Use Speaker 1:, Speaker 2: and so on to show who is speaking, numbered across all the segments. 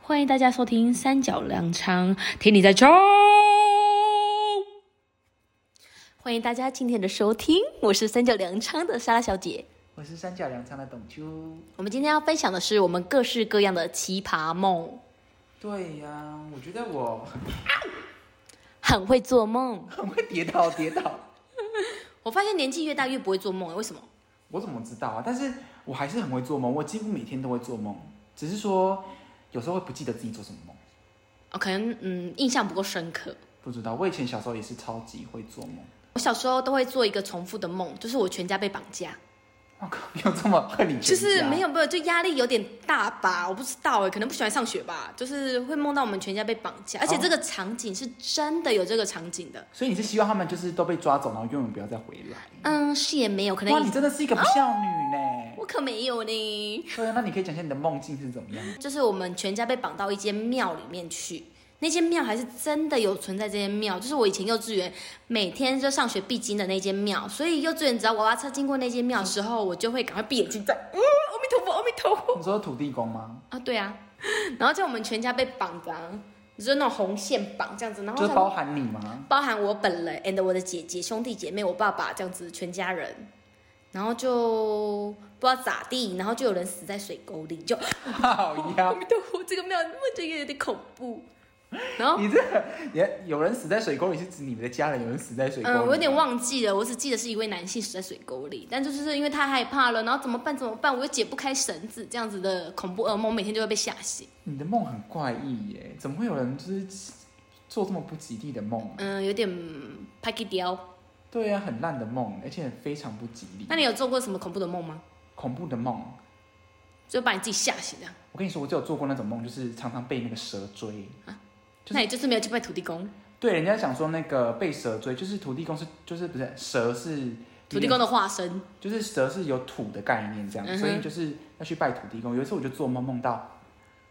Speaker 1: 欢迎大家收听《三角粮仓》，听你在冲。欢迎大家今天的收听，我是三角粮仓的莎拉小姐。
Speaker 2: 我是三角粮仓的董秋。
Speaker 1: 我们今天要分享的是我们各式各样的奇葩梦，
Speaker 2: 对呀、我觉得我
Speaker 1: 很会做梦。
Speaker 2: 很会跌倒，跌倒。
Speaker 1: 我发现年纪越大越不会做梦，为什么？
Speaker 2: 我怎么知道啊？但是我还是很会做梦，我几乎每天都会做梦，只是说有时候会不记得自己做什么梦。
Speaker 1: 哦，可能嗯印象不够深刻。
Speaker 2: 不知道，我以前小时候也是超级会做梦。
Speaker 1: 我小时候都会做一个重复的梦，就是我全家被绑架，
Speaker 2: 我靠，你有这么恨你
Speaker 1: 就
Speaker 2: 全
Speaker 1: 是
Speaker 2: 家
Speaker 1: 没有没有，就压力有点大吧，我不知道哎，可能不喜欢上学吧，就是会梦到我们全家被绑架，而且
Speaker 2: 哦
Speaker 1: 这个场景是真的有这个场景的。
Speaker 2: 所以你是希望他们就是都被抓走，然后永远不要再回来。
Speaker 1: 嗯，是也没有，可
Speaker 2: 哇，
Speaker 1: 能啊
Speaker 2: 你真的是一个不孝女呢。
Speaker 1: 我可没有呢。
Speaker 2: 对啊，那你可以讲一下你的梦境是怎么样？
Speaker 1: 就是我们全家被绑到一间庙里面去，那间庙还是真的有存在这间庙，就是我以前幼稚园每天就上学必经的那间庙，所以幼稚园只要娃娃车经过那间庙的时候，我就会赶快闭眼睛在，嗯，阿弥陀佛，阿弥陀佛
Speaker 2: 你说土地公吗？
Speaker 1: 啊，对啊， 然后就我们全家被绑着、啊，就是那种红线绑这样子，然后
Speaker 2: 就
Speaker 1: 像
Speaker 2: 是包含你吗？
Speaker 1: 包含我本人 and 我的姐姐、兄弟姐妹、我爸爸这样子全家人，然后就不知道咋地，然后就有人死在水沟里，就
Speaker 2: 好呀
Speaker 1: 阿，弥陀佛，这个庙我觉得有点恐怖。然后，
Speaker 2: 你这也有人死在水沟里，是指你们的家人有人死在水沟里？
Speaker 1: 嗯，我有点忘记了，我只记得是一位男性死在水沟里，但就是因为太害怕了，然后怎么办？怎么办？我又解不开绳子，这样子的恐怖噩梦，每天就会被吓醒。
Speaker 2: 你的梦很怪异耶，怎么会有人就是做这么不吉利的梦啊？
Speaker 1: 嗯，有点拍给雕。
Speaker 2: 对呀、很烂的梦，而且非常不吉利
Speaker 1: 那，你有做过什么恐怖的梦吗？
Speaker 2: 恐怖的梦。
Speaker 1: 就把你自己吓醒这样？
Speaker 2: 我跟你说，我就有做过那种梦，就是常常被那个蛇追。就是
Speaker 1: 那也就是没有去拜土地公，
Speaker 2: 对，人家讲说那个被蛇追，就是土地公是，就是不是蛇是
Speaker 1: 土地公，的化身。
Speaker 2: 就是蛇是有土的概念这样，
Speaker 1: 嗯哼
Speaker 2: 所以就是要去拜土地公。有一次我就做梦，梦到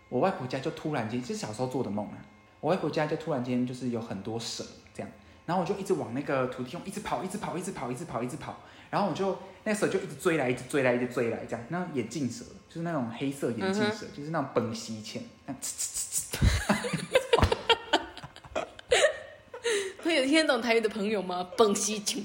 Speaker 2: 我外婆家就突然间，这是小时候做的梦啊，我外婆家就突然间就是有很多蛇这样，然后我就一直往那个土地公一直跑，一直跑，一直跑，一直跑，一直跑，然后我就那蛇就一直追来，一直追来，一直追来这样，那种眼镜蛇就是那种黑色眼镜
Speaker 1: 嗯
Speaker 2: 蛇，就是那种本西欠，那样
Speaker 1: 会有听得懂台语的朋友吗？蹦西啾，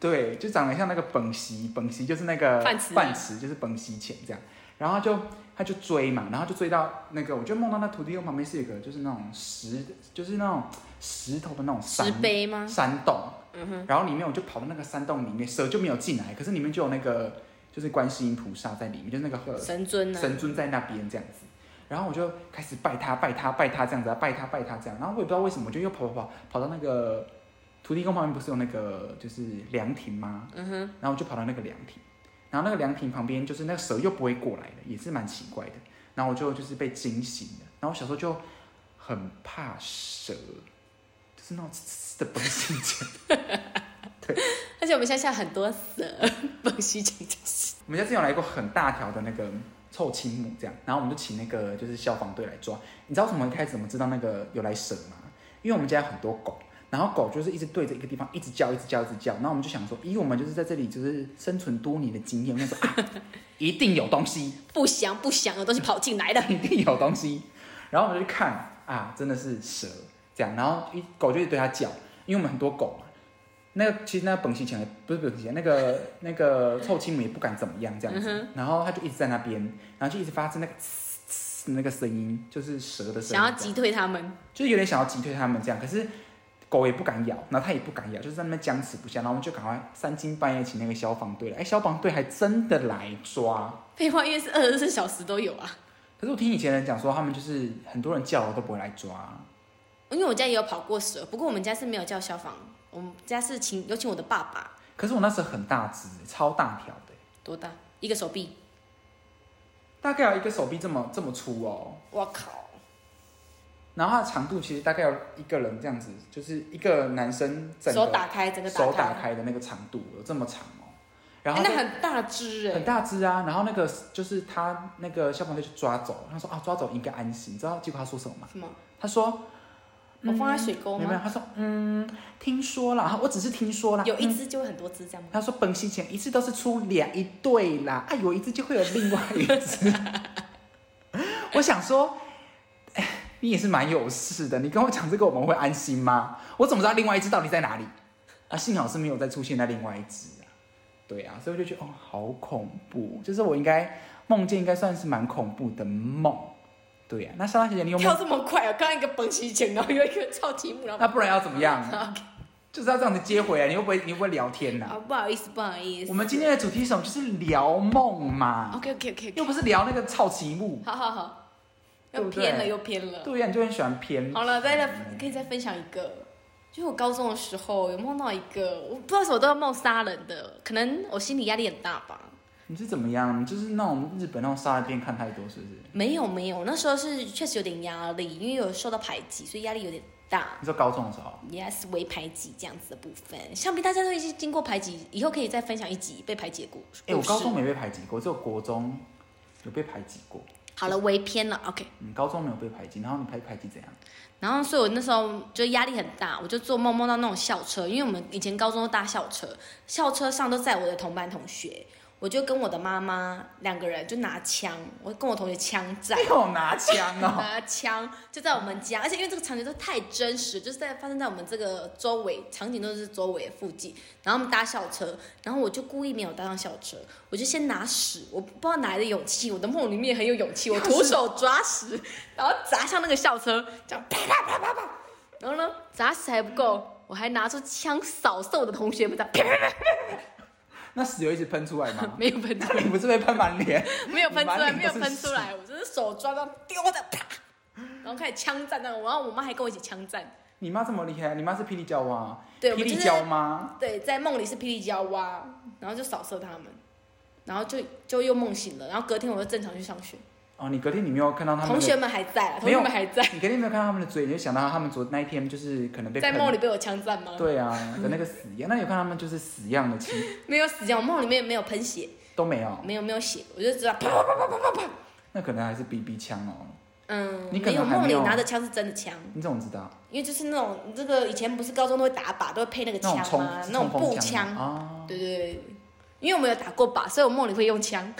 Speaker 2: 对，就长得像那个本席，本席就是那个
Speaker 1: 饭匙
Speaker 2: 饭匙就是本席钱这样。然后就他就追嘛，然后就追到那个，我就梦到那土地公旁边是有个就是那种石，就是那种石头的那种山
Speaker 1: 石碑嗯吗？
Speaker 2: 山洞。然后里面我就跑到那个山洞里面，蛇就没有进来，可是里面就有那个就是观世音菩萨在里面，就是那个呃
Speaker 1: 神尊啊呢、
Speaker 2: 神尊在那边这样子。然后我就开始拜他，拜他，拜他这样子啊，拜他，拜他这样。然后我也不知道为什么，我就又跑跑跑跑到那个土地公旁边，不是有那个就是凉亭吗？嗯哼。然后我就跑到那个凉亭，然后那个凉亭旁边就是那个蛇又不会过来的，也是蛮奇怪的。然后我就就是被惊醒的。然后我小时候就很怕蛇，就是那种呲呲呲的东西这样。
Speaker 1: 而且我们乡下很多蛇， 蹦西啾，
Speaker 2: 我们家之前有来过很大条的那个臭青母，这样，然后我们就请那个就是消防队来抓。你知道为什么一开始我们知道那个有来蛇吗？因为我们家有很多狗，然后狗就是一直对着一个地方一直叫，一直叫，一直叫。然后我们就想说，以我们就是在这里就是生存多年的经验，我们想说、啊、一定有东西，
Speaker 1: 不祥不祥的东西跑进 来了。
Speaker 2: 一定有东西。然后我们就去看啊，真的是蛇这样，然后一狗就一直对它叫，因为我们很多狗嘛。那个其实那个本溪前不是本溪前，那个那个臭青母也不敢怎么样这样子，然后它就一直在那边，然后就一直发出那个嘶嘶那个声音，就是蛇的声音这
Speaker 1: 想
Speaker 2: 样，
Speaker 1: 要击退他们，
Speaker 2: 就是有点想要击退他们这样，可是狗也不敢咬，然后它也不敢咬，就是在那边僵持不下，然后我们就赶快三更半夜请那个消防队来，哎，消防队还真的来抓，
Speaker 1: 废话，因为是二十四小时都有啊。
Speaker 2: 可是我听以前人讲说，他们就是很多人叫了都不会来抓，
Speaker 1: 因为我家也有跑过蛇，不过我们家是没有叫消防，我们家是请有请我的爸爸，
Speaker 2: 可是我那时候很大只，超大条的，
Speaker 1: 多大？一个手臂，
Speaker 2: 大概有一个手臂这么这么粗哦。
Speaker 1: 我靠，
Speaker 2: 然后它的长度其实大概有一个人这样子，就是一个男生整个
Speaker 1: 手打开，整个
Speaker 2: 手
Speaker 1: 打
Speaker 2: 打开的那个长度有这么长哦。然
Speaker 1: 哎
Speaker 2: 后它
Speaker 1: 那很大只哎、
Speaker 2: 很大只啊，然后那个就是他那个消防队去抓走，他说啊抓走应该安心，你知道结果他说什么吗？
Speaker 1: 什么？
Speaker 2: 他说
Speaker 1: 我放在水沟
Speaker 2: 没有没
Speaker 1: 吗？
Speaker 2: 有，他说嗯听说啦，我只是听说啦，
Speaker 1: 有一
Speaker 2: 嗯
Speaker 1: 只就会很多只这样吗？
Speaker 2: 他说本溪前一次都是出两一对啦，啊，有一只就会有另外一只。我想说，哎，你也是蛮有事的，你跟我讲这个，我们会安心吗？我怎么知道另外一只到底在哪里？啊，幸好是没有再出现在另外一只啊。对啊，所以我就觉得哦，好恐怖，就是我应该梦见应该算是蛮恐怖的梦。对呀、啊，那莎莎姐姐，你有没有
Speaker 3: 跳这么快啊！刚刚一个蹦起前，然后又一个跳题目，然后
Speaker 2: 那不然要怎么样？就是要这样子接回来，你会不会你会不会聊天呐、
Speaker 3: 啊，不好意思，不好意思。
Speaker 2: 我们今天的主题是什么？就是聊梦嘛，
Speaker 3: OK OK OK，
Speaker 2: 又不是聊那个超奇木。
Speaker 3: 好好好，
Speaker 2: 对
Speaker 3: 又
Speaker 2: 不对
Speaker 3: 偏了又偏了。
Speaker 2: 对呀、你就很喜欢偏。
Speaker 3: 好了，再来可以再分享一个，就是我高中的时候有梦到一个，我不知道为什么都要梦杀人的，可能我心理压力很大吧。
Speaker 2: 你是怎么样？你就是那种日本那种杀人片看太多，是不是？
Speaker 1: 没有没有，那时候是确实有点压力，因为有受到排挤，所以压力有点大。
Speaker 2: 你说高中的时候，
Speaker 1: yes，为排挤这样子的部分，想必大家都已经经过排挤，以后可以再分享一集被排挤的故事。
Speaker 2: 哎、我高中没被排挤过，只有国中有被排挤过。
Speaker 1: 好了，微偏了，OK。
Speaker 2: 嗯，高中没有被排挤，然后你排排挤怎样？
Speaker 1: 然后，所以我那时候就压力很大，我就做梦梦到那种校车，因为我们以前高中都搭校车，校车上都载我的同班同学，我就跟我的妈妈两个人就拿枪，我跟我同学枪战
Speaker 2: 哎。呦，拿枪 哦！
Speaker 1: 拿枪就在我们家，而且因为这个场景都太真实，就是在发生在我们这个周围，场景都是周围附近。然后我们搭校车，然后我就故意没有搭上校车，我就先拿屎，我不知道哪来的勇气，我的梦里面很有勇气，我徒手抓屎，然后砸向那个校车，这样啪啪啪啪啪。然后呢，砸屎还不够，我还拿出枪扫射我的同学们，这样啪啪
Speaker 2: 那屎有一直喷出来
Speaker 1: 啪，
Speaker 2: 吗？
Speaker 1: 没有喷出
Speaker 2: 你不是被喷满脸？
Speaker 3: 没有喷出来，
Speaker 2: 你
Speaker 3: 没
Speaker 2: 满脸
Speaker 3: 有
Speaker 2: 都是
Speaker 3: 喷出来，我只是手抓到丢的，啪，然后开始枪战那个，然后我妈还跟我一起枪战。
Speaker 2: 你妈这么厉害，啊你妈是霹雳娇娃，啊
Speaker 1: 对我
Speaker 2: 霹
Speaker 1: 们
Speaker 2: 雳
Speaker 1: 就是
Speaker 2: 娇妈。
Speaker 1: 对，在梦里是霹雳娇娃，然后就扫射他们，然后就就又梦醒了，然后隔天我就正常去上学，
Speaker 2: 哦，你隔天你没有看到他们的
Speaker 1: 同学们还在啊，同
Speaker 2: 没
Speaker 1: 学
Speaker 2: 有
Speaker 1: 们还在，
Speaker 2: 你肯定没有看到他们的嘴，你就想到他们昨那一天就是可能被
Speaker 1: 在
Speaker 2: 喷
Speaker 1: 梦里被我枪战吗？
Speaker 2: 对啊的那个死样，那你有看他们就是死样的，其实
Speaker 1: 没有死掉，我梦里面没有喷血，
Speaker 2: 都没有，
Speaker 1: 没有没有血，我就知道，啪
Speaker 2: 那可能还是 BB 枪哦。
Speaker 1: 嗯，
Speaker 2: 你可
Speaker 1: 没
Speaker 2: 能
Speaker 1: 有
Speaker 2: 还
Speaker 1: 梦
Speaker 2: 没
Speaker 1: 里
Speaker 2: 有
Speaker 1: 拿的枪是真的枪，
Speaker 2: 你怎么知道？
Speaker 1: 因为就是那种这个以前不是高中都会打靶，都会配那个
Speaker 2: 那
Speaker 1: 枪
Speaker 2: 种冲
Speaker 1: 啊，
Speaker 2: 是
Speaker 1: 那种
Speaker 2: 冲
Speaker 1: 步
Speaker 2: 锋枪
Speaker 1: 枪，
Speaker 2: 吗啊，
Speaker 1: 对对对，因为我们有打过靶，所以我梦里会用枪，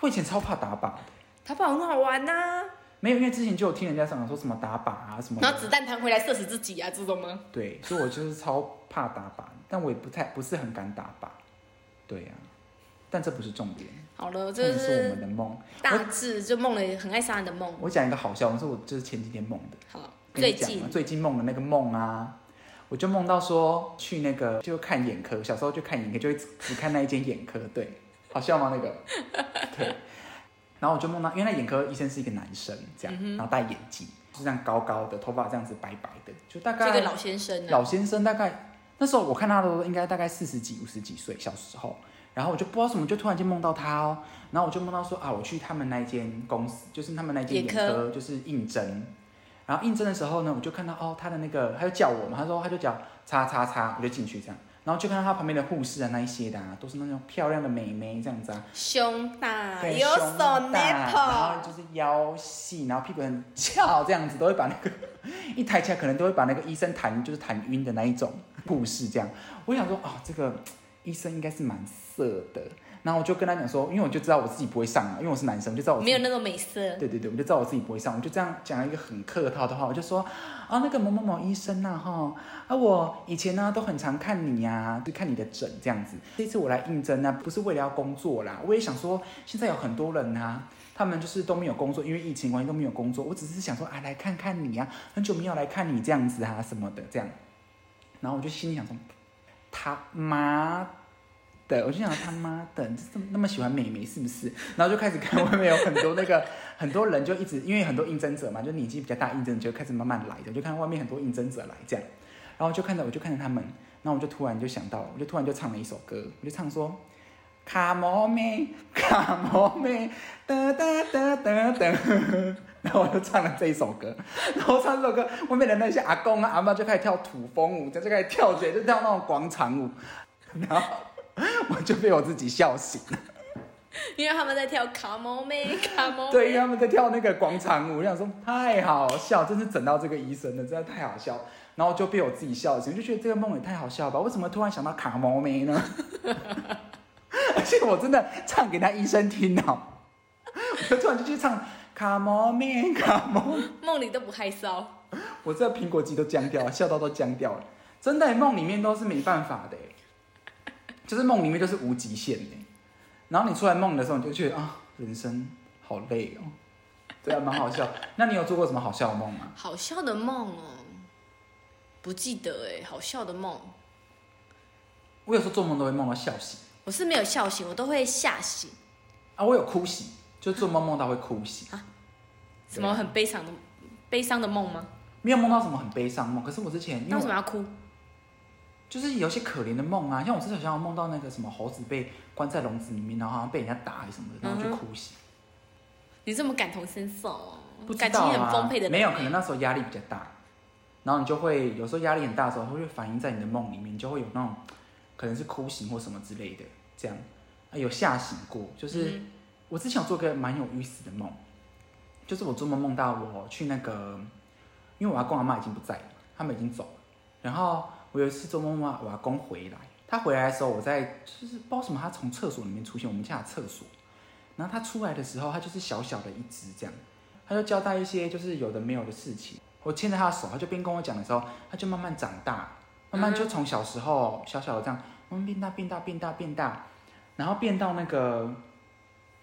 Speaker 2: 我以前超怕打靶的，
Speaker 1: 打靶很好玩呐、
Speaker 2: 没有，因为之前就有听人家讲说什么打靶啊什么
Speaker 1: 然后
Speaker 2: 的，
Speaker 1: 子弹弹回来射死自己啊，这种吗？
Speaker 2: 对，所以我就是超怕打靶，但我也不太不是很敢打靶，对呀、但这不是重点，
Speaker 1: 好了，
Speaker 2: 重
Speaker 1: 这
Speaker 2: 点是我
Speaker 1: 是
Speaker 2: 们的梦。
Speaker 1: 大致就梦了很爱杀人的梦。
Speaker 2: 我讲一个好笑，的，是我就是前几天梦的。
Speaker 1: 好，
Speaker 2: 跟你
Speaker 1: 最
Speaker 2: 讲嘛啊
Speaker 1: 近
Speaker 2: 最近梦的那个梦啊，我就梦到说去那个就看眼科，小时候就看眼科，就会只只看那一间眼科，对， 好笑吗？那 个，对。然后我就梦到，因为那眼科医生是一个男生，这样，
Speaker 1: 嗯
Speaker 2: 然后戴眼镜，就这样高高的，头发这样子白白的，就大
Speaker 1: 这
Speaker 2: 概
Speaker 1: 个老先生啊呢、
Speaker 2: 老先生大概那时候我看他的时候应该大概四十几、五十几岁，小时候。然后我就不知道什么，就突然间梦到他哦。然后我就梦到说啊，我去他们那间公司，就是他们那
Speaker 1: 眼
Speaker 2: 间眼
Speaker 1: 科
Speaker 2: 科，就是应征。然后应征的时候呢，我就看到哦，他的那个他就叫我嘛，他说他就叫叉叉叉，我就进去这样。然后就看到他旁边的护士啊那一些的、啊，都是那种漂亮的美眉这样子啊，
Speaker 1: 胸大
Speaker 2: 对
Speaker 1: 有
Speaker 2: 胸
Speaker 1: 手
Speaker 2: 大然
Speaker 1: nipple，
Speaker 2: 后就是腰细，然后屁股很翘，这样子都会把那个 一抬起来，可能都会把那个医生弹就是弹晕的那一种护士这样。我想说，哦，这个医生应该是蛮色的。然后我就跟他讲说，因为我就知道我自己不会上嘛，因为我是男生，我就知道我自己
Speaker 1: 没有那种美色。
Speaker 2: 对对对，我就知道我自己不会上，我就这样讲一个很客套的话，我就说啊，那个某某某医生呐、哈，啊，我以前呢、都很常看你呀、就看你的诊这样子。这次我来应征呢、不是为了要工作啦，我也想说，现在有很多人呐、啊他们就是都没有工作，因为疫情关系都没有工作。我只是想说啊，来看看你啊，很久没有来看你这样子啊什么的这样。然后我就心里想说，他妈的，我就想他妈的，你怎么那么喜欢美眉是不是？然后就开始看外面有很多那个很多人就一直因为很多应征者嘛，就年纪比较大，应征者就开始慢慢来的，就看外面很多应征者来这样，然后我就看着我就看着他们，然后我就突然就想到，我就突然就唱了一首歌，我就唱说。卡莫妹，卡莫妹，哒哒哒哒哒，然后我就唱了这一首歌，然后唱这首歌，外面的那些阿公啊阿妈就开始跳土风舞，就开始跳起来，就跳那种广场舞，然后我就被我自己笑醒。
Speaker 1: 因为他们在跳 Come on me Come on，
Speaker 2: 对，因
Speaker 1: me
Speaker 2: 为他们在跳那个广场舞，我想说太好笑，真是整到这个医生了，真的太好笑。然后就被我自己笑醒，我就觉得这个梦也太好笑吧？为什么突然想到卡毛梅呢？ 而且我真的唱给他医生听哦，我就突然就去唱卡莫面卡莫，
Speaker 1: 梦里都不害臊。
Speaker 2: 我这苹果肌都僵掉了，笑到都僵掉了。真的，梦里面都是没办法的，欸就是梦里面就是无极限的。然后你出来梦的时候，你就觉得啊，人生好累哦。对啊，蛮好笑。那你有做过什么好笑的梦吗？
Speaker 1: 好笑的梦哦，不记得哎，好笑的梦，
Speaker 2: 我有时候做梦都会梦到笑醒
Speaker 1: 我是没有笑醒，我都会吓醒，
Speaker 2: 啊，我有哭醒，就做梦梦到会哭醒。
Speaker 1: 什
Speaker 2: 啊
Speaker 1: 么很悲伤的悲伤的梦吗？
Speaker 2: 没有梦到什么很悲伤的梦，可是我之前因
Speaker 1: 那为
Speaker 2: 为我
Speaker 1: 什么要哭？
Speaker 2: 就是有些可怜的梦啊，像我之前好像梦到那个什么猴子被关在笼子里面，然后好像被人家打还是什么的，然后就哭醒。
Speaker 1: 你这么感同身受哦
Speaker 2: 不，知
Speaker 1: 感
Speaker 2: 道
Speaker 1: 情
Speaker 2: 啊，
Speaker 1: 很丰沛的人
Speaker 2: 没有，可能那时候压力比较大，然后你就会有时候压力很大的时候，会反映在你的梦里面，你就会有那种可能是哭醒或什么之类的，这样啊有吓醒过。就是、
Speaker 1: 嗯
Speaker 2: 我之前有做个蛮有意思的梦，就是我做梦梦到我去那个，因为我阿公阿妈已经不在了，他们已经走了，然后我有一次做梦梦到我阿公回来。他回来的时候，我在就是不知道什么，他从厕所里面出现，我们家的厕所。然后他出来的时候，他就是小小的一只这样，他就交代一些就是有的没有的事情。我牵着他的手，他就边跟我讲的时候，他就慢慢长大，慢慢就从小时候小小的这样，慢慢变大变大变大变大，然后变到那个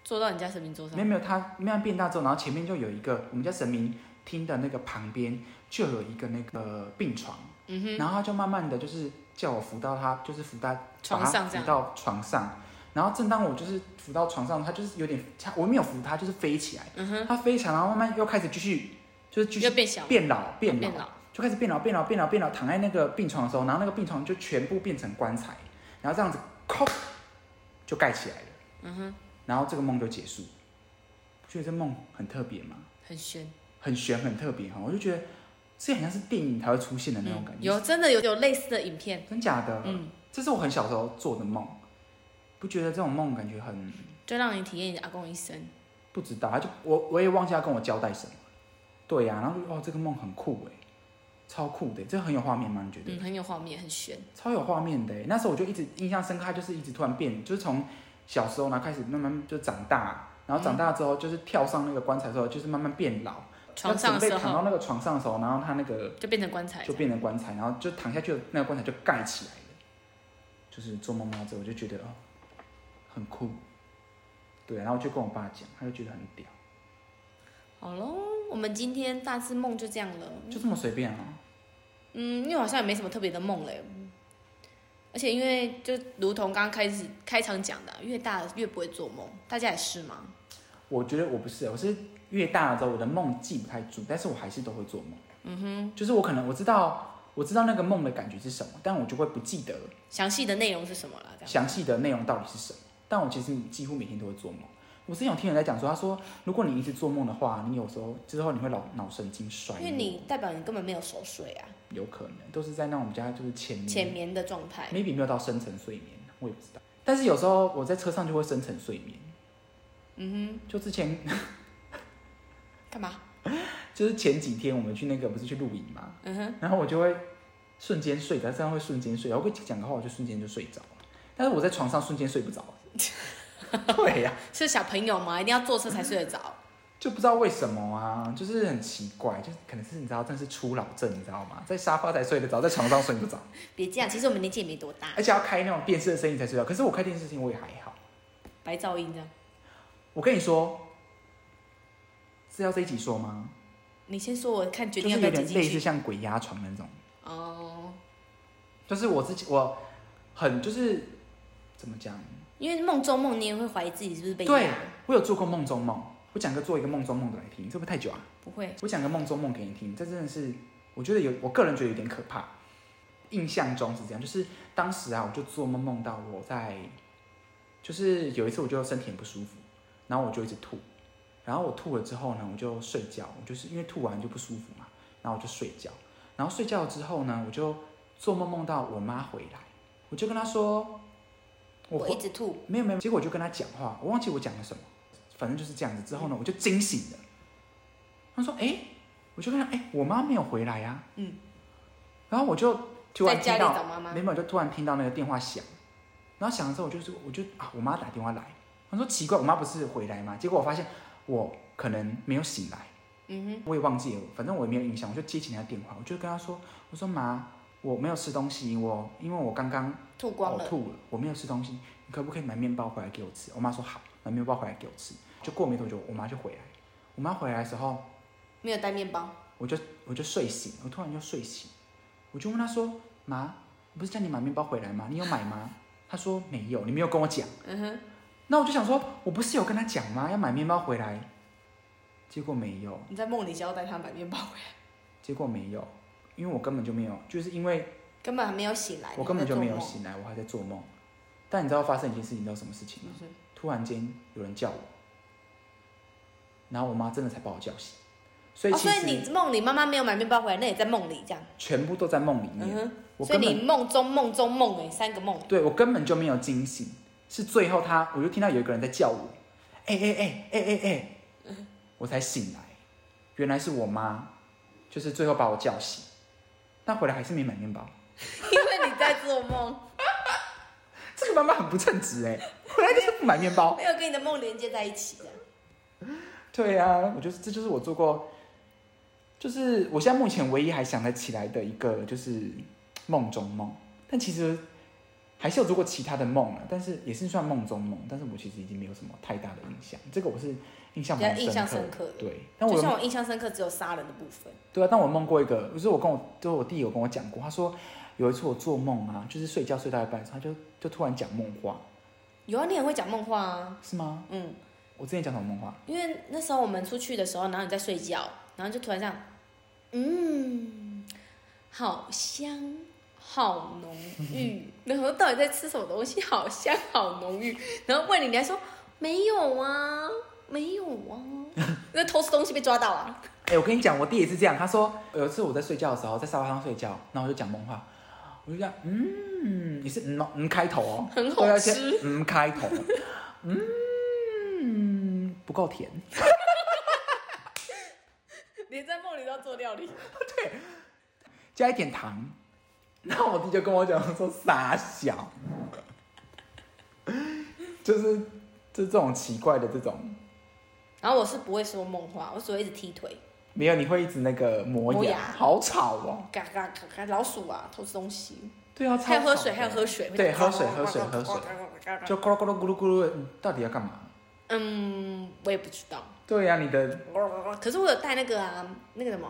Speaker 1: 坐到你家神明桌上
Speaker 2: 没有，没有他慢慢变大之后，然后前面就有一个我们家神明厅的那个旁边就有一个那个病床，
Speaker 1: 嗯哼，
Speaker 2: 然后他就慢慢的就是叫我扶到他，就是扶他
Speaker 1: 床
Speaker 2: 把他
Speaker 1: 上这
Speaker 2: 扶
Speaker 1: 样
Speaker 2: 到床上。然后正当我就是扶到床上，他就是有点，他我没有扶他，就是飞起来，
Speaker 1: 嗯哼，
Speaker 2: 他飞起来，然后慢慢又开始继续，就是继续
Speaker 1: 又变小，
Speaker 2: 变老，变老
Speaker 1: 变，老，
Speaker 2: 就开始变老，变老，变老，变老，躺在那个病床的时候，然后那个病床就全部变成棺材，然后这样子，扣，就盖起来了。
Speaker 1: 嗯哼，
Speaker 2: 然后这个梦就结束。不觉得这梦很特别吗？
Speaker 1: 很炫，
Speaker 2: 很悬，很特别哈！我就觉得这好像是电影才会出现的那种
Speaker 1: 嗯
Speaker 2: 感觉，
Speaker 1: 有真的有有类似的影片，
Speaker 2: 真假的？
Speaker 1: 嗯，
Speaker 2: 这是我很小时候做的梦，不觉得这种梦感觉很
Speaker 1: 就让你体验你的阿公一生，
Speaker 2: 不知道，他就我我也忘记他跟我交代什么。对呀、然后就哦，这个梦很酷哎，超酷的，欸这很有画面吗？你觉得？
Speaker 1: 嗯，很有画面，很炫，
Speaker 2: 超有画面的欸。那时候我就一直印象深刻，他就是一直突然变，就是从小时候呢开始慢慢就长大，然后长大之后就是跳上那个棺材之后，就是慢慢变老，
Speaker 1: 床上
Speaker 2: 要
Speaker 1: 的
Speaker 2: 准
Speaker 1: 时
Speaker 2: 备躺到
Speaker 1: 候
Speaker 2: 那个床上的时候，然后他那个
Speaker 1: 就变成棺材
Speaker 2: 就，变成棺材，然后就躺下去的那个棺材就盖起来了。就是做梦到这，我就觉得哦，很酷。对，然后我就跟我爸讲，他就觉得很屌，
Speaker 1: 好喽，我们今天大致梦就这样了，
Speaker 2: 就这么随便啊、
Speaker 1: 嗯，因为好像也没什么特别的梦嘞。而且因为就如同刚刚开始开场讲的啊，越大越不会做梦，大家也是吗？
Speaker 2: 我觉得我不是，我是越大了之后，我的梦记不太住，但是我还是都会做梦。嗯哼，就是我可能我知道我知道那个梦的感觉是什么，但我就会不记得
Speaker 1: 详细的内容是什么啦？这样
Speaker 2: 详细的内容到底是什么。但我其实几乎每天都会做梦。我之前有听人在讲说，他说如果你一直做梦的话，你有时候之后你会脑脑神经衰
Speaker 1: 因
Speaker 2: 弱，
Speaker 1: 为你代表你根本没有熟睡啊，
Speaker 2: 有可能都是在那种比较就是浅眠
Speaker 1: 浅眠的状态。
Speaker 2: maybe 没有到深层睡眠，我也不知道。但是有时候我在车上就会深层睡眠。嗯哼，就之前
Speaker 1: 干嘛？
Speaker 2: 就是前几天我们去那个不是去露营嘛，
Speaker 1: 嗯
Speaker 2: 然后我就会瞬间睡着，这样会瞬间睡着。我跟你讲的话，我就瞬间就睡着了。但是我在床上瞬间睡 不着。对呀、
Speaker 1: 是小朋友吗？一定要坐车才睡得着？
Speaker 2: 就不知道为什么啊，就是很奇怪，就是可能是你知道，但是初老症，你知道吗？在沙发才睡得着，在床上睡 不着，
Speaker 1: 别这样，其实我们年纪也没多大，
Speaker 2: 而且要开那种电视的声音才睡着。可是我开电视声音我也还好。
Speaker 1: 白噪音这样。
Speaker 2: 我跟你说，是要这一集说吗？
Speaker 1: 你先说，我看决
Speaker 2: 就
Speaker 1: 定
Speaker 2: 是
Speaker 1: 要不
Speaker 2: 有
Speaker 1: 要剪
Speaker 2: 点
Speaker 1: 进
Speaker 2: 类
Speaker 1: 去。
Speaker 2: 似像鬼压床那种。
Speaker 1: 哦，
Speaker 2: 就是我自己，我很就是怎么讲？
Speaker 1: 因为梦中梦，你也会怀疑自己是不是被啊
Speaker 2: 对
Speaker 1: 压？，
Speaker 2: 我有做过梦中梦，我讲个做一个梦中梦的来听，这会不会太久啊？
Speaker 1: 不会，
Speaker 2: 我讲个梦中梦给你听，这真的是我觉得有，我个人觉得有点可怕。印象中是这样，就是当时啊，我就做梦梦到我在，就是有一次我就身体很不舒服，然后我就一直吐，然后我吐了之后呢，我就睡觉，我就是因为吐完就不舒服嘛，然后我就睡觉，然后睡觉之后呢，我就做梦梦到我妈回来，我就跟她说，我
Speaker 1: 我
Speaker 2: 回
Speaker 1: 一直吐，
Speaker 2: 没有没有，结果我就跟他讲话，我忘记我讲了什么，反正就是这样子。之后呢，我就惊醒了。他说：“哎、我就跟他哎、我妈没有回来呀、啊。”
Speaker 1: 嗯，
Speaker 2: 然后我就突
Speaker 1: 在
Speaker 2: 然
Speaker 1: 家
Speaker 2: 听
Speaker 1: 里
Speaker 2: 到，
Speaker 1: 找妈妈
Speaker 2: 没。有，我就突然听到那个电话响，然后响了之后，我就是我就啊，我妈打电话来，他说奇怪，我妈不是回来吗？结果我发现我可能没有醒来，嗯哼，我也忘记了，反正我也没有印象，我就接起他的电话，我就跟他说，我说妈，我没有吃东西，我因为我刚刚
Speaker 1: 吐光
Speaker 2: 呕
Speaker 1: 了，
Speaker 2: 哦吐了，我没有吃东西，你可不可以买面包回来给我吃？我妈说好，买面包回来给我吃。就过没多久，我妈就回来，我妈回来的时候，
Speaker 1: 没有带面包，
Speaker 2: 我就我就睡醒，我突然就睡醒，我就问她说：“妈，我不是叫你买面包回来吗？你有买吗？”她说：“没有，你没有跟我讲。”嗯哼，那我就想说，我不是有跟她讲吗？要买面包回来，结果没有，
Speaker 1: 你在梦里交代他买面包 回来，
Speaker 2: 结果没有，因为我根本就没有，就是因为
Speaker 1: 根本还没有醒来，
Speaker 2: 我根本就没有
Speaker 1: 你在做
Speaker 2: 醒来，我还在做梦。但你知道发生一件事情，你知道什么事情吗
Speaker 1: 梦，？就是
Speaker 2: 突然间有人叫我，然后我妈真的才把我叫醒，所以
Speaker 1: 哦，
Speaker 2: 其
Speaker 1: 所以
Speaker 2: 实
Speaker 1: 你梦里妈妈没有买面包回来，那也在梦里这样，
Speaker 2: 全部都在梦里
Speaker 1: 嗯
Speaker 2: 面，
Speaker 1: 哼，
Speaker 2: 我
Speaker 1: 所以
Speaker 2: 根本
Speaker 1: 你梦中梦中梦哎，三个梦，
Speaker 2: 对我根本就没有惊醒，是最后他我就听到有一个人在叫我，哎哎哎哎哎哎，
Speaker 1: 嗯
Speaker 2: 我才醒来，原来是我妈，就是最后把我叫醒，但回来还是没买面包，
Speaker 1: 因为你在做梦，
Speaker 2: 这个妈妈很不称职哎，回来就是不买面包。
Speaker 1: 没有跟你的梦连接在一起的，
Speaker 2: 对啊，我就是这就是我做过，就是我现在目前唯一还想得起来的一个就是梦中梦，但其实还是有做过其他的梦了，但是也是算梦中梦，但是我其实已经没有什么太大的印象，这个我是印象
Speaker 1: 比较
Speaker 2: 蛮
Speaker 1: 印象
Speaker 2: 刻
Speaker 1: 深
Speaker 2: 的。
Speaker 1: 刻的。
Speaker 2: 对，但我
Speaker 1: 就
Speaker 2: 有
Speaker 1: 像我印象深刻只有杀人的部分，
Speaker 2: 对啊，但我梦过一个，就是我跟我就是我弟有跟我讲过，他说有一次我做梦啊，就是睡觉睡到一半，他就就突然讲梦话，
Speaker 1: 有啊，你很会讲梦话啊，
Speaker 2: 是吗？
Speaker 1: 嗯，
Speaker 2: 我之前讲什么梦话？
Speaker 1: 因为那时候我们出去的时候，然后你在睡觉，然后就突然这样，嗯，好香，好浓郁。 然后到底在吃什么东西？好香，好浓郁。然后问你，你还说没有啊，没有 啊，那偷吃东西被抓到啊。
Speaker 2: 哎、我跟你讲，我弟也是这样。他说有一次我在睡觉的时候，在沙发上睡觉，然后我就讲梦话，我就这样，嗯，也是嗯哦嗯开头哦，
Speaker 1: 很好
Speaker 2: 对而且
Speaker 1: 吃
Speaker 2: 嗯开头，嗯，不够甜。
Speaker 1: 连在梦里都要做料理，
Speaker 2: 加一点糖。然后我弟就跟我讲说傻小，就是就这种奇怪的这种，
Speaker 1: 然后我是不会说梦话，我只会一直踢腿，
Speaker 2: 没有你会一直那个磨牙，
Speaker 1: 磨牙
Speaker 2: 好吵哦。
Speaker 1: 嘎嘎嘎嘎，老鼠啊，偷吃东西，
Speaker 2: 对啊，超
Speaker 1: 还有喝
Speaker 2: 吵
Speaker 1: 水，
Speaker 2: 的
Speaker 1: 还有喝水，
Speaker 2: 对，喝水喝水喝水，就咕噜咕噜咕噜咕噜的，嗯到底要干嘛？
Speaker 1: 嗯，我也不知道。
Speaker 2: 对呀、你的
Speaker 1: 可是我有带那个啊，那个什么，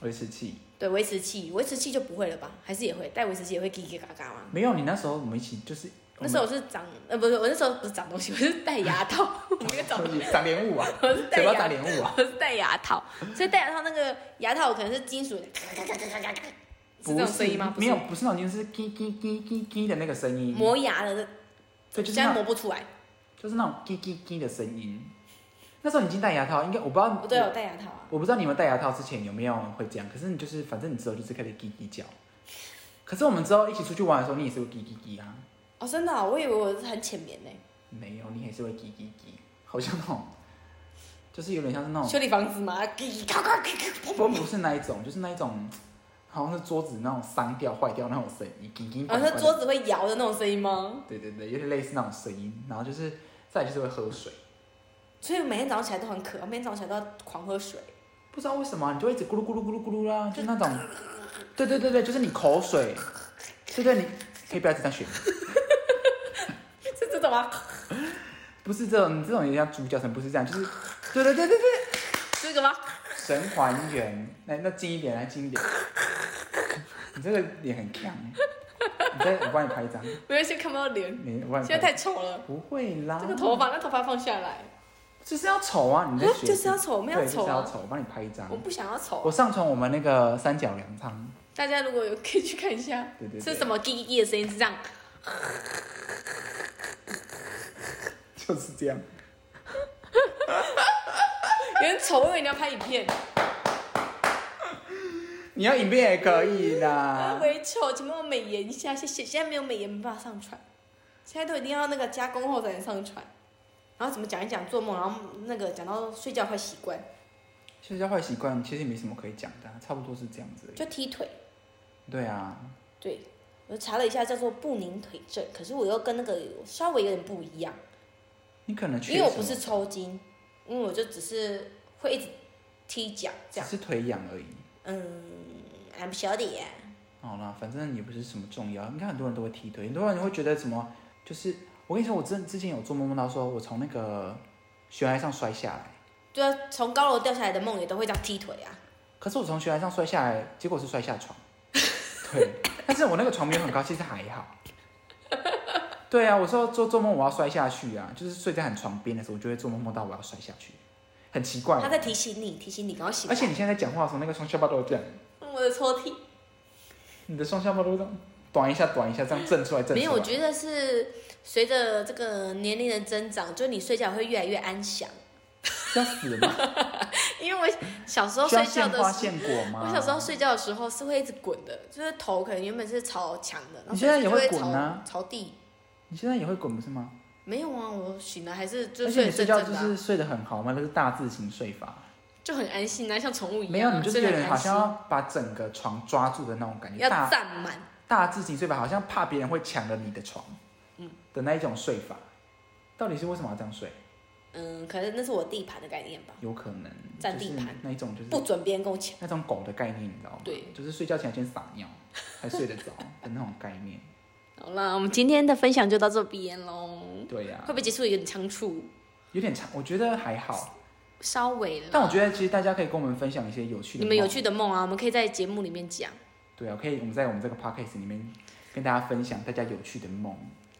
Speaker 2: 维持器
Speaker 1: 对，维持器，维持器就不会了吧？还是也会带维持器也会叽叽嘎嘎吗？
Speaker 2: 没有，你那时候我们一起就是
Speaker 1: 那时候我是长，呃，不是，我那时候不是长东西，我是戴牙套， 我没有
Speaker 2: 我
Speaker 1: 长
Speaker 2: 们
Speaker 1: 东西，
Speaker 2: 长莲雾 啊，
Speaker 1: 我是戴
Speaker 2: 嘴巴长
Speaker 1: 牙，
Speaker 2: 莲雾啊，
Speaker 1: 我是戴牙套，所以戴牙套那个牙套可能是金属的，嘎嘎嘎嘎嘎嘎嘎是这种声音吗？
Speaker 2: 没有，不是那种，就是叽叽叽叽叽的那个声音，
Speaker 1: 磨牙的，
Speaker 2: 对，就
Speaker 1: 现
Speaker 2: 是那
Speaker 1: 在
Speaker 2: 种
Speaker 1: 磨不出来。
Speaker 2: 就是那种叽叽叽的声音。那时候你已经戴牙套，应该我不知道，
Speaker 1: 不对，我戴牙套啊，
Speaker 2: 我不知道你们戴牙套之前有没有会这样，可是你就是反正你之后就是开始叽叽叫。可是我们之后一起出去玩的时候，你也是会叽叽叽啊？
Speaker 1: 哦，真的啊，我以为我是很浅眠呢，
Speaker 2: 没有，你也是会叽叽叽，好像那种，就是有点像是那种，
Speaker 1: 修理房子嘛，叽叽嘎嘎嘎嘎
Speaker 2: 不不是那一种，就是那一种，好像是桌子那种伤掉、坏掉那种声音，叽叽。
Speaker 1: 嘎，然后哦那桌子会摇的那种声音吗？
Speaker 2: 对对对，有点类似那种声音，然后就是再来就是会喝水，
Speaker 1: 所以每天早上起来都很渴，每天早上起来都要狂喝水。
Speaker 2: 不知道为什么啊、你就会一直咕噜咕噜咕噜咕噜啦，就是那种， 对对对对，就是你口水，对对，你可以不要这样学，
Speaker 1: 是 这种吗？
Speaker 2: 不是这种，你这种也像猪叫声，不是这样，就是，对对对对对，
Speaker 1: 这个吗？
Speaker 2: 神还原，来那近一点，来近一点，你这个脸很强，欸你再我帮你拍一张，
Speaker 1: 没有，现在看不到脸，
Speaker 2: 你我帮你
Speaker 1: 现在
Speaker 2: 拍，
Speaker 1: 太丑了。
Speaker 2: 不会啦，
Speaker 1: 这个头发，那头发放下来，
Speaker 2: 就是要丑啊，你在学，
Speaker 1: 就是要丑，我们要
Speaker 2: 对，就
Speaker 1: 丑
Speaker 2: 是要
Speaker 1: 啊！
Speaker 2: 丑，我帮你拍一张
Speaker 1: 我，不想要
Speaker 2: 我
Speaker 1: 丑。
Speaker 2: 上传我们那个三角粮仓，
Speaker 1: 大家如果有可以去看一下，
Speaker 2: 对对对，
Speaker 1: 是什么叽叽叽的声音？是这样，
Speaker 2: 就是这样。
Speaker 1: 有点丑，我以为你要拍影片。
Speaker 2: 你要影片也可以
Speaker 1: 啊，
Speaker 2: 啦。
Speaker 1: 微丑，请帮我美颜一下，谢谢。现在没有美颜，没办法上传，现在都一定要那个加工后才能上传。然后怎么讲一讲做梦，然后那个讲到睡觉坏习惯，
Speaker 2: 睡觉坏习惯其实也没什么可以讲的啊、差不多是这样子而已。
Speaker 1: 就踢腿。
Speaker 2: 对啊，
Speaker 1: 对，我查了一下，叫做不宁腿症，可是我又跟那个稍微有点不一样，
Speaker 2: 你可能缺
Speaker 1: 因为我
Speaker 2: 什
Speaker 1: 不
Speaker 2: 么
Speaker 1: 是抽筋，因为我就只是会一直踢脚这
Speaker 2: 只
Speaker 1: 样。
Speaker 2: 是腿痒而已。
Speaker 1: 嗯，I'm 小李呀，
Speaker 2: 好啦，反正也不是什么重要，应该很多人都会踢腿，很多人会觉得什么，就是我跟你说，我之之前有做梦梦到说，我从那个悬崖上摔下来，
Speaker 1: 对啊，从高楼掉下来的梦也都会这样踢腿啊。
Speaker 2: 可是我从悬崖上摔下来，结果是摔下床， 对，但是我那个床没有很高，其实还好。对啊，我说做做梦我要摔下去啊，就是睡在很床边的时候，我就会做梦梦到我要摔下去，很奇怪。啊
Speaker 1: 他在提醒你，提醒你赶快醒来。嗯
Speaker 2: 而且你现在在讲话的时候，那个双下巴都有这样，
Speaker 1: 我的抽屉
Speaker 2: 你的双下巴都这样短一下短一下，这样震出来震出来。
Speaker 1: 没有，我觉得是随着这个年龄的增长，就你睡觉会越来越安详。
Speaker 2: 要死了吗？
Speaker 1: 因为我小时候
Speaker 2: 需要
Speaker 1: 睡觉
Speaker 2: 现
Speaker 1: 的
Speaker 2: 花
Speaker 1: 时
Speaker 2: 现果吗？
Speaker 1: 我小时候睡觉的时候是会一直滚的，就是头可能原本是朝墙的，然后
Speaker 2: 你现在也
Speaker 1: 就会
Speaker 2: 会滚啊
Speaker 1: 朝朝地。
Speaker 2: 你现在也会滚不是吗？
Speaker 1: 没有啊，我醒了还是就
Speaker 2: 而
Speaker 1: 睡得
Speaker 2: 且你
Speaker 1: 正
Speaker 2: 睡觉
Speaker 1: 正
Speaker 2: 就
Speaker 1: 的啊、
Speaker 2: 是睡得很好嘛，那是大字型睡法。
Speaker 1: 就很安心啊，像宠物一样啊。
Speaker 2: 没有，你就是
Speaker 1: 睡得
Speaker 2: 有
Speaker 1: 很
Speaker 2: 点好
Speaker 1: 安心
Speaker 2: 像要把整个床抓住的那种感觉，
Speaker 1: 要
Speaker 2: 大
Speaker 1: 站满，
Speaker 2: 大字型睡法好像怕别人会抢了你的床，嗯的那一种睡法，到底是为什么要这样睡？
Speaker 1: 嗯，可能那是我地盘的概念吧，
Speaker 2: 有可能
Speaker 1: 占地盘
Speaker 2: 就是那一种就是
Speaker 1: 不准别人跟我抢。
Speaker 2: 那种狗的概念，你知道吗？
Speaker 1: 对，
Speaker 2: 就是睡觉前先撒 尿才睡得着的那种概念。
Speaker 1: 好啦，我们今天的分享就到这边喽，
Speaker 2: 对呀、
Speaker 1: 会不会结束有点仓促？
Speaker 2: 有点长，我觉得还好，
Speaker 1: 啊稍微啦，
Speaker 2: 但我觉得其实大家可以跟我们分享一些有趣的，
Speaker 1: 你们有。趣的梦啊，我们可以在节目里面讲。
Speaker 2: 对啊，可以，我们在我们这个 podcast 里面跟大家分享大家有趣的梦。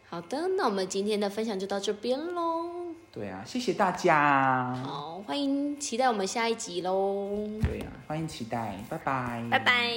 Speaker 1: 好的，那我们今天的分享就到这边喽。
Speaker 2: 对啊，谢谢大家。
Speaker 1: 好，欢迎期待我们下一集喽，
Speaker 2: 对啊，欢迎期待，拜拜，
Speaker 1: 拜拜。